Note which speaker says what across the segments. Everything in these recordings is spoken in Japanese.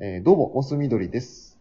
Speaker 1: えーどうも、モス緑です。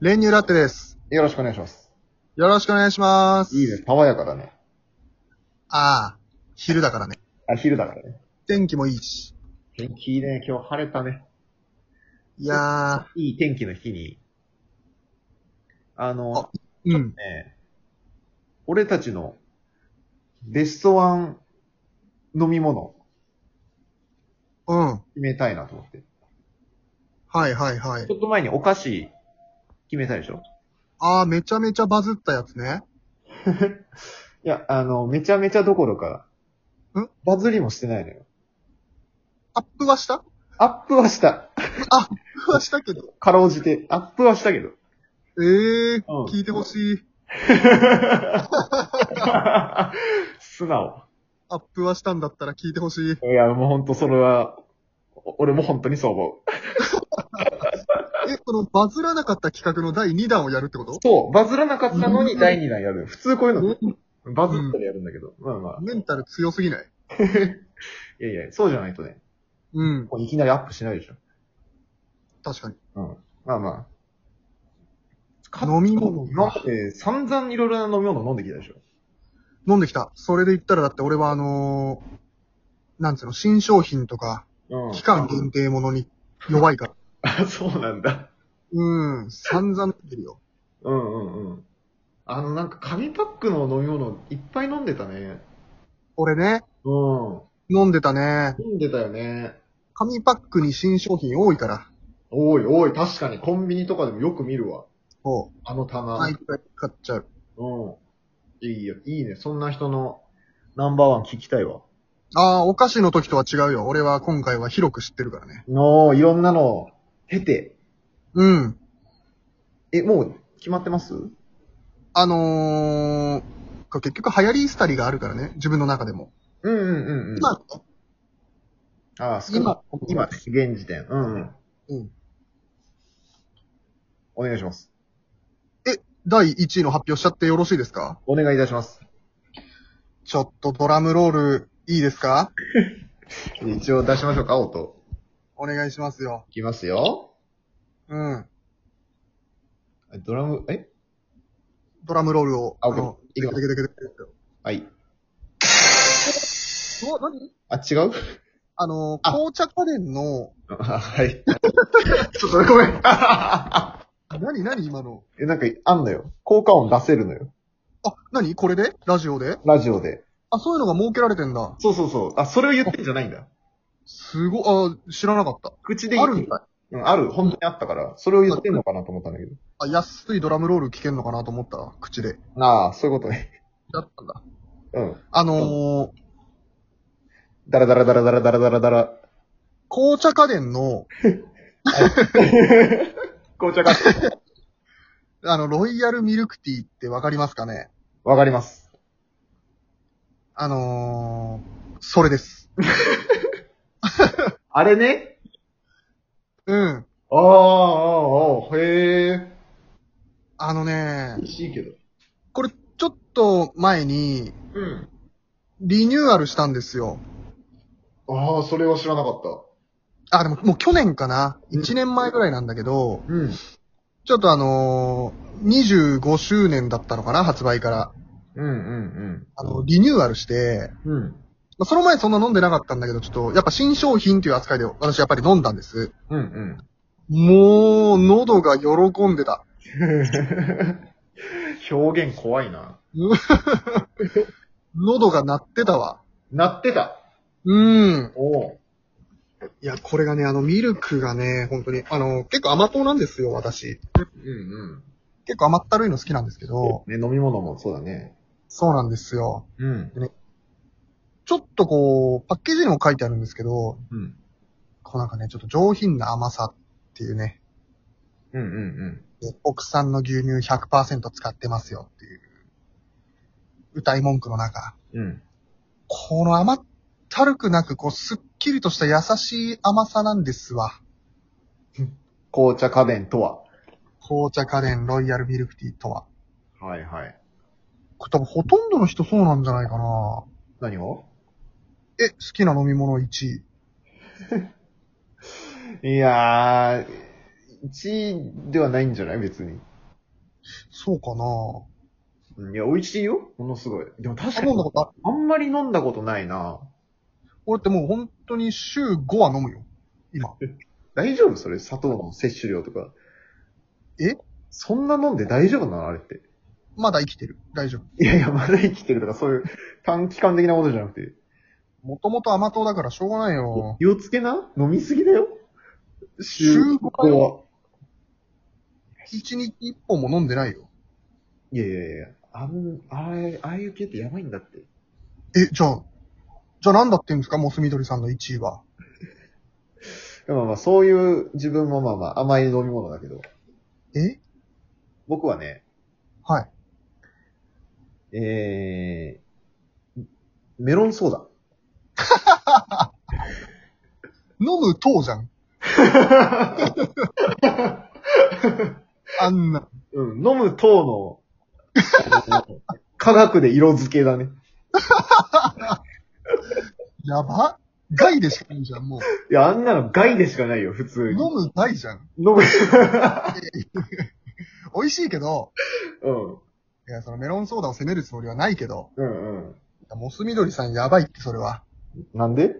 Speaker 2: 練乳ラテです。
Speaker 1: よろしくお願いします。
Speaker 2: よろしくお願いします。
Speaker 1: いいね、爽やかだね。
Speaker 2: ああ、昼だからね。
Speaker 1: あ、昼だからね。
Speaker 2: 天気もいいし。
Speaker 1: 天気いいね、今日晴れたね。
Speaker 2: いや
Speaker 1: いい天気の日に、あの
Speaker 2: あ、ー、うん。
Speaker 1: ね、俺たちのベストワン飲み物
Speaker 2: うん。
Speaker 1: 決めたいなと思って。
Speaker 2: はいはいはい
Speaker 1: ち。ょっと前にお菓子決めたでしょ
Speaker 2: ああ、めちゃめちゃバズったやつね。
Speaker 1: いや、あの、めちゃめちゃどころか、
Speaker 2: ん
Speaker 1: バズりもしてないのよ。
Speaker 2: アップはしたアッ
Speaker 1: アップはした。
Speaker 2: プはしたけど。
Speaker 1: かろうじて、アップはしたけど。
Speaker 2: ええー
Speaker 1: うん
Speaker 2: 聞いてほしい。
Speaker 1: 素直。
Speaker 2: アップはしたんだったら聞いてほしい。
Speaker 1: いや、もうほんとそれは、お俺も本当にそう思
Speaker 2: え、このバズらなかった企画の第2弾をやるってこと
Speaker 1: う。そう、バズらなかったのに第2弾やる。普通こういうの、バズったらやるんだけど。まあまあ。
Speaker 2: メンタル強すぎない
Speaker 1: いやいや、そうじゃないとね、
Speaker 2: うん、
Speaker 1: こういきなりアップしないでしょ。
Speaker 2: 確かに。
Speaker 1: うん。まあまあ。
Speaker 2: 飲み物
Speaker 1: 今まで散々いろいろな飲み物飲んできたでしょ。
Speaker 2: 飲んできた。それで言ったらだって俺はあのー、なんつうの、新商品とか、
Speaker 1: う
Speaker 2: 期間限定ものに弱いから。
Speaker 1: あ、 そうなんだ。
Speaker 2: うん、散々飲んでるよ。
Speaker 1: うんうんうん。あの、なんか紙パックの飲み物いっぱい飲んでたね。
Speaker 2: 俺ね、
Speaker 1: うん。
Speaker 2: 飲んでたね。
Speaker 1: 飲んでたよね。
Speaker 2: 紙パックに新商品多いから。
Speaker 1: おいおい、確かにコンビニとかでもよく見るわ。
Speaker 2: そ
Speaker 1: あの棚。
Speaker 2: う。毎回買っちゃう。
Speaker 1: うん。いいよ、いいね。そんな人のナンバーワン聞きたいわ。
Speaker 2: ああ、お菓子の時とは違うよ。俺は今回は広く知ってるからね。
Speaker 1: のいろんなのを経て。
Speaker 2: うん。
Speaker 1: え、もう決まってます
Speaker 2: あのー、これ結局流行り廃りがあるからね。自分の中でも。
Speaker 1: うんうんうんうん。
Speaker 2: 今のね、
Speaker 1: ああ、少な今、
Speaker 2: 今
Speaker 1: 現時点。うんうん。
Speaker 2: うん。
Speaker 1: お願いします。
Speaker 2: 第1位の発表しちゃってよろしいですか
Speaker 1: お願いいたします。
Speaker 2: ちょっとドラムロールいいですか
Speaker 1: 一応出しましょうか、音。
Speaker 2: お願いしますよ。
Speaker 1: いきますよ。
Speaker 2: うん。
Speaker 1: ドラム、え
Speaker 2: ドラムロールを。
Speaker 1: あ OK
Speaker 2: の
Speaker 1: いきます
Speaker 2: でけでけでけでけ
Speaker 1: はい。
Speaker 2: うわ、何
Speaker 1: あ、違う
Speaker 2: あのー、
Speaker 1: あ
Speaker 2: 紅茶家電の、
Speaker 1: あはい。 ちょっとごめ ん。
Speaker 2: 何何今の。
Speaker 1: え、なんか、あんのよ。効果音出せるのよ。
Speaker 2: あ、何これでラジオで
Speaker 1: ラジオで。
Speaker 2: あ、そういうのが設けられてんだ。
Speaker 1: そうそうそう。あ、それを言ってんじゃないんだ。
Speaker 2: すご、あ、知らなかった。
Speaker 1: 口で
Speaker 2: あ
Speaker 1: 言っ
Speaker 2: る
Speaker 1: て
Speaker 2: んだ。
Speaker 1: うん、ある。本当にあったから、それを言ってんのかなと思ったんだけど。
Speaker 2: あ、安いドラムロール聞けんのかなと思った。口で。
Speaker 1: ああ、そういうことね。
Speaker 2: だったんだ。
Speaker 1: うん。
Speaker 2: あのー、
Speaker 1: だらだらだらだらだらだらだら。
Speaker 2: 紅茶家電の、
Speaker 1: 紅茶が。
Speaker 2: あの、ロイヤルミルクティーってわかりますかね
Speaker 1: わかります。
Speaker 2: あのー、それです。
Speaker 1: あれね
Speaker 2: うん。
Speaker 1: ああ、ああ、へえ。
Speaker 2: あのね、
Speaker 1: 美味しいけど。
Speaker 2: これ、ちょっと前に、
Speaker 1: うん。
Speaker 2: リニューアルしたんですよ。
Speaker 1: ああ、それは知らなかった。
Speaker 2: あ、でも、もう去年かな。
Speaker 1: うん
Speaker 2: 1年前ぐらいなんだけど、
Speaker 1: うん。
Speaker 2: ちょっとあのー、25周年だったのかな、発売から。
Speaker 1: うんうん
Speaker 2: あの、リニューアルして、
Speaker 1: うん。うん。
Speaker 2: まあ、その前そんな飲んでなかったんだけど、ちょっと、やっぱ新商品という扱いで私やっぱり飲んだんです。
Speaker 1: うんうん。
Speaker 2: もう、喉が喜んでた。
Speaker 1: 表現怖いな。
Speaker 2: 喉が鳴ってたわ。
Speaker 1: なってた。
Speaker 2: うん。
Speaker 1: おお。
Speaker 2: いや、これがね、あの、ミルクがね、本当に、あの、結構甘党なんですよ、私。
Speaker 1: うん
Speaker 2: 結構甘ったるいの好きなんですけど、
Speaker 1: うん。ね、飲み物もそうだね。
Speaker 2: そうなんですよ。
Speaker 1: うん。
Speaker 2: ちょっとこう、パッケージにも書いてあるんですけど、
Speaker 1: うん。
Speaker 2: こうなんかね、ちょっと上品な甘さっていうね、
Speaker 1: うんうんうん。
Speaker 2: で国産の牛乳100%使ってますよっていう、歌い文句の中、
Speaker 1: うん。
Speaker 2: この甘ったるくなく、こう、すっきりとした優しい甘さなんですわ。
Speaker 1: 紅茶家電とは
Speaker 2: 紅茶家電ロイヤルミルクティーとは。
Speaker 1: はいはい。
Speaker 2: これ多分ほとんどの人そうなんじゃないかな
Speaker 1: 何を
Speaker 2: え、好きな飲み物1位。
Speaker 1: いやー、 1位ではないんじゃない別に。
Speaker 2: そうかな
Speaker 1: うんいや、美味しいよ。ものすごい。でも確か
Speaker 2: 頼んだ
Speaker 1: に、
Speaker 2: ことある
Speaker 1: あんまり飲んだことないな。
Speaker 2: 俺ってもう本当に週5は飲むよ。今。
Speaker 1: 大丈夫それ、砂糖の摂取量とか。
Speaker 2: え
Speaker 1: そんな飲んで大丈夫なのあれって。
Speaker 2: まだ生きてる。大丈夫。
Speaker 1: いやいや、まだ生きてるとか、そういう短期間的なことじゃなくて。
Speaker 2: もともと甘党だからしょうがないよ。
Speaker 1: 気をつけな飲みすぎだよ。
Speaker 2: 週5
Speaker 1: ここは。
Speaker 2: 1日1本も飲んでないよ。
Speaker 1: いやいやいや、あん、あれ、ああいう系ってやばいんだって。
Speaker 2: え、じゃあ、じゃあなんだって言うんですかモスみどりさんの1位は。
Speaker 1: でもまあそういう自分もまあまあ甘い飲み物だけど、
Speaker 2: え
Speaker 1: 僕はね、
Speaker 2: はい。
Speaker 1: えー、メロンソーダ。
Speaker 2: 飲む糖じゃん。あんな。
Speaker 1: うん、飲む糖の、あの科学で色付けだね。
Speaker 2: やば害でしかないじゃん、もう。
Speaker 1: いや、あんなの害でしかないよ、普通に。
Speaker 2: 飲む害じゃん。
Speaker 1: 飲む。
Speaker 2: 美味しいけど、
Speaker 1: うん、
Speaker 2: いや、そのメロンソーダを責めるつもりはないけど、
Speaker 1: うん、う
Speaker 2: いやモスみどりさんやばいって、それは。
Speaker 1: ん。なんで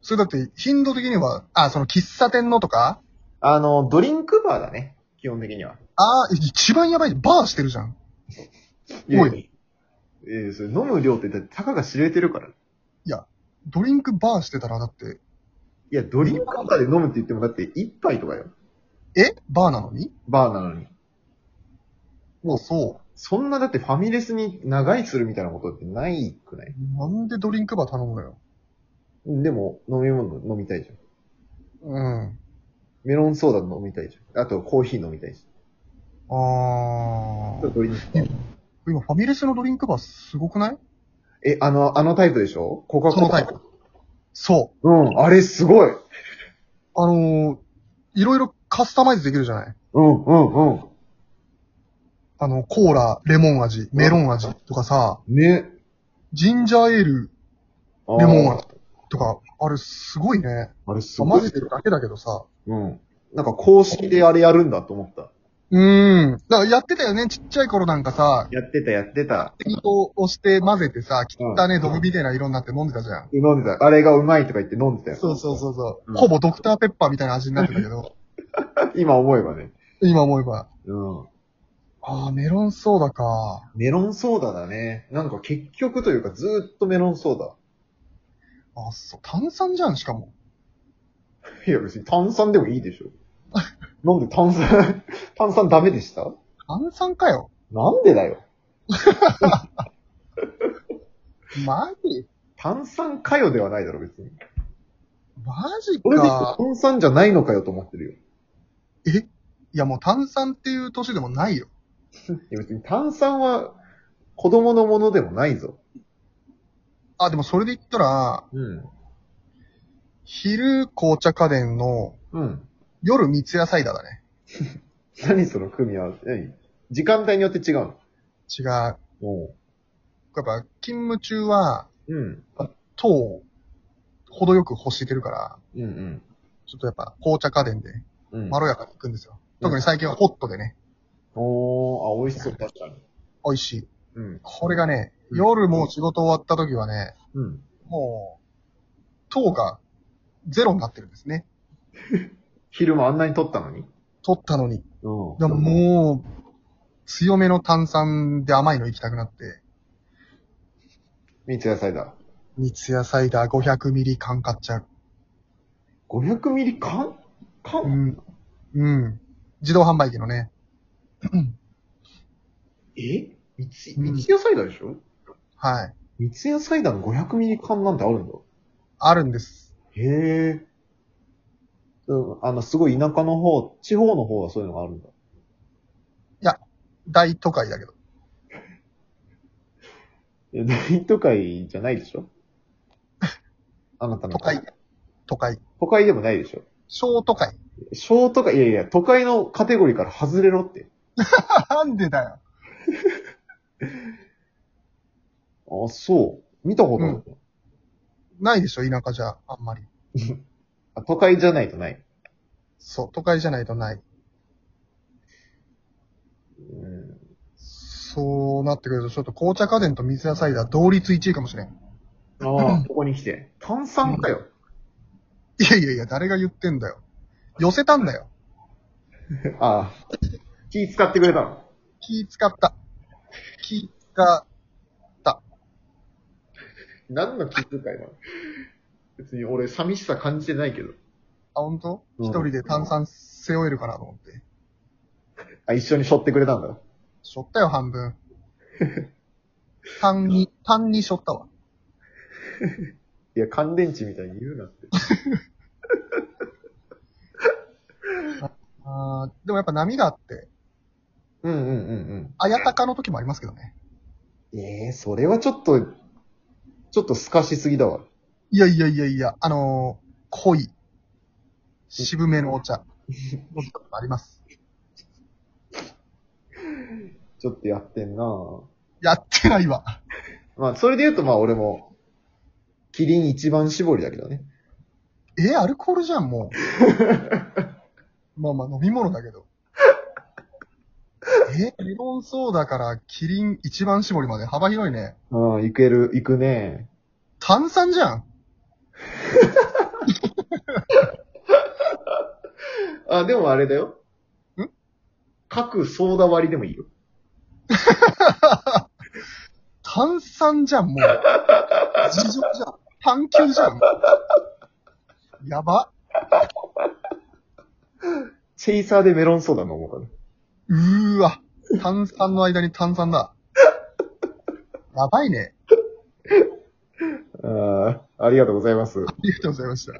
Speaker 2: それだって、頻度的には、あ、その喫茶店のとか、
Speaker 1: あの、ドリンクバーだね、基本的には。
Speaker 2: あー一番やばい、バーしてるじゃん。
Speaker 1: いや
Speaker 2: お
Speaker 1: いやいやそれ飲む量ってだってたかが知れてるから。い
Speaker 2: ドリンクバーしてたら、だって、
Speaker 1: や、ドリンクバーで飲むって言ってもだって一杯とかよ。
Speaker 2: えバーなのに
Speaker 1: バーなのに。
Speaker 2: もうそ。
Speaker 1: そんなだってファミレスに長いするみたいなことってないくないう
Speaker 2: なんでドリンクバー頼むのよ。
Speaker 1: でも、飲み物飲みたいじゃん。
Speaker 2: うん。
Speaker 1: メロンソーダ飲みたいじゃん。あと、コーヒー飲みたいし。
Speaker 2: あ
Speaker 1: ちょっ
Speaker 2: ー。
Speaker 1: とドリンク
Speaker 2: うん今、ファミレスのドリンクバーすごくない
Speaker 1: え、あの、あのタイプでしょコカ・コ
Speaker 2: そ
Speaker 1: ーラ
Speaker 2: のタイプ。そ
Speaker 1: うん、あれすごい。
Speaker 2: う。あのー、いろいろカスタマイズできるじゃない
Speaker 1: うん、うん、うん。
Speaker 2: あの、コーラ、レモン味、メロン味とかさ、
Speaker 1: ね。
Speaker 2: ジンジャーエール
Speaker 1: あー
Speaker 2: レモン味とか、あれすごいね。
Speaker 1: あれすご
Speaker 2: 混
Speaker 1: い
Speaker 2: ぜ。てるだけだけどさ。
Speaker 1: うん。なんか公式であれやるんだと思った。
Speaker 2: うーん。だからやってたよね、ちっちゃい頃なんかさ、
Speaker 1: やってた、やってた。
Speaker 2: 適当押して混ぜてさ、
Speaker 1: うん
Speaker 2: 汚ね、ドブみたいな色になって飲んでたじゃん。
Speaker 1: 飲んでた。あれがうまいとか言って飲んでたよ。
Speaker 2: そうそうそうそ
Speaker 1: う
Speaker 2: う、
Speaker 1: ん
Speaker 2: ほぼドクターペッパーみたいな味になってた けど、
Speaker 1: 今思えばね。
Speaker 2: 今思えば。
Speaker 1: うん。
Speaker 2: ああ、メロンソーダか。
Speaker 1: メロンソーダだね。なんか結局というかずーっとメロンソーダ。
Speaker 2: あ、そう。炭酸じゃん、しかも。
Speaker 1: いや別に炭酸でもいいでしょ。 なんで炭酸、 炭酸ダメでした
Speaker 2: 炭酸かよ。
Speaker 1: なんでだよ。
Speaker 2: マジ
Speaker 1: 炭酸かよではないだろ別に。
Speaker 2: マジ
Speaker 1: これで
Speaker 2: か。
Speaker 1: 炭酸じゃないのかよと思ってるよ。
Speaker 2: いや、もう炭酸っていう年でもないよ。
Speaker 1: いや別に炭酸は子供のものでもないぞ。
Speaker 2: あ、でもそれで言ったら、
Speaker 1: うん。
Speaker 2: 昼紅茶家電の
Speaker 1: うん。
Speaker 2: 夜三ツ矢サイダーだね。
Speaker 1: 何その組み合わせ何時間帯によって違うの
Speaker 2: 違う。やっ
Speaker 1: おう
Speaker 2: ぱ勤務中は
Speaker 1: うん。
Speaker 2: 糖を程よく欲してるから、
Speaker 1: うんうん。
Speaker 2: ちょっとやっぱ紅茶家電で
Speaker 1: うん。
Speaker 2: まろやかにいくんですよ。
Speaker 1: うん
Speaker 2: 特に最近はホットでね、
Speaker 1: おー、あ、美味しそう、確かに。
Speaker 2: 美味しい。
Speaker 1: うん。
Speaker 2: これがね、
Speaker 1: うん
Speaker 2: 夜もう仕事終わった時はね、
Speaker 1: うん。
Speaker 2: もう糖がゼロになってるんですね。
Speaker 1: 昼もあんなに取ったのに。
Speaker 2: 取ったのに。
Speaker 1: うん
Speaker 2: でももう、強めの炭酸で甘いの行きたくなって、
Speaker 1: 三ツ矢サイダー。
Speaker 2: 三ツ矢サイダー500ミリ缶買っちゃう。
Speaker 1: 500ミリ缶缶、
Speaker 2: うん。うん。自動販売機のね。
Speaker 1: え三ツ
Speaker 2: うん
Speaker 1: 三ツ矢サイダーでしょ、
Speaker 2: はい。
Speaker 1: 三ツ矢サイダーの500ミリ缶なんてあるんだ。
Speaker 2: あるんです。
Speaker 1: へえ。うん、あの、すごい田舎の方、地方の方はそういうのがあるんだ。
Speaker 2: 大都会だけど。
Speaker 1: いや、大都会じゃないでし ょあなたの。
Speaker 2: 都会。。都会。
Speaker 1: 都会でもないでしょ
Speaker 2: 小都会。
Speaker 1: 小都会、いやいや、都会のカテゴリーから外れろって。
Speaker 2: なんでだよ。
Speaker 1: あ、そう。見たことある、
Speaker 2: ないでしょ、田舎じゃ、あんまり。
Speaker 1: あ。都会じゃないとない。
Speaker 2: そう、都会じゃないとない。
Speaker 1: うん。
Speaker 2: そうなってくると、ちょっと紅茶家電と水野菜だ、同率1位かもしれん。
Speaker 1: ああ、ここに来て。炭酸かよ。
Speaker 2: いやいやいや、誰が言ってんだよ。寄せたんだよ。
Speaker 1: ああ。気使ってくれたの。
Speaker 2: 気使った。気が、
Speaker 1: 何の気遣いなの別に俺寂しさ感じてないけど。
Speaker 2: あ、本当？
Speaker 1: うん
Speaker 2: 一人で炭酸背負えるかなと思って。
Speaker 1: あ、一緒に背負ってくれたんだ。
Speaker 2: しょったよ、半分。単 に、単にしょったわ。
Speaker 1: いや、乾電池みたいに言うなって。
Speaker 2: あーでもやっぱ波があって、
Speaker 1: うんうんうん
Speaker 2: あやたかの時もありますけどね。
Speaker 1: うん。ええそれはちょっと、ちょっと透かしすぎだわ。
Speaker 2: いやいやいやいや、あのー濃い、渋めのお茶。あります。
Speaker 1: ちょっとやってんな
Speaker 2: やってないわ。
Speaker 1: まあ、それで言うとまあ俺も、キリン一番絞りだけどね。
Speaker 2: えアルコールじゃん、もう。まあまあ、飲み物だけど。えメロンソーダからキリン一番搾りまで幅広いね。
Speaker 1: うん、いける、いくね
Speaker 2: 炭酸じゃん。
Speaker 1: あ、でもあれだよ。
Speaker 2: ん
Speaker 1: 各ソーダ割りでもいいよ。
Speaker 2: 炭酸じゃん、もう。事情じゃん。探求じゃん。やば。
Speaker 1: チェイサーでメロンソーダ飲もうかな。
Speaker 2: うーわ。炭酸の間に炭酸だ。やばいね。
Speaker 1: ああ、ありがとうございます。
Speaker 2: ありがとうございました。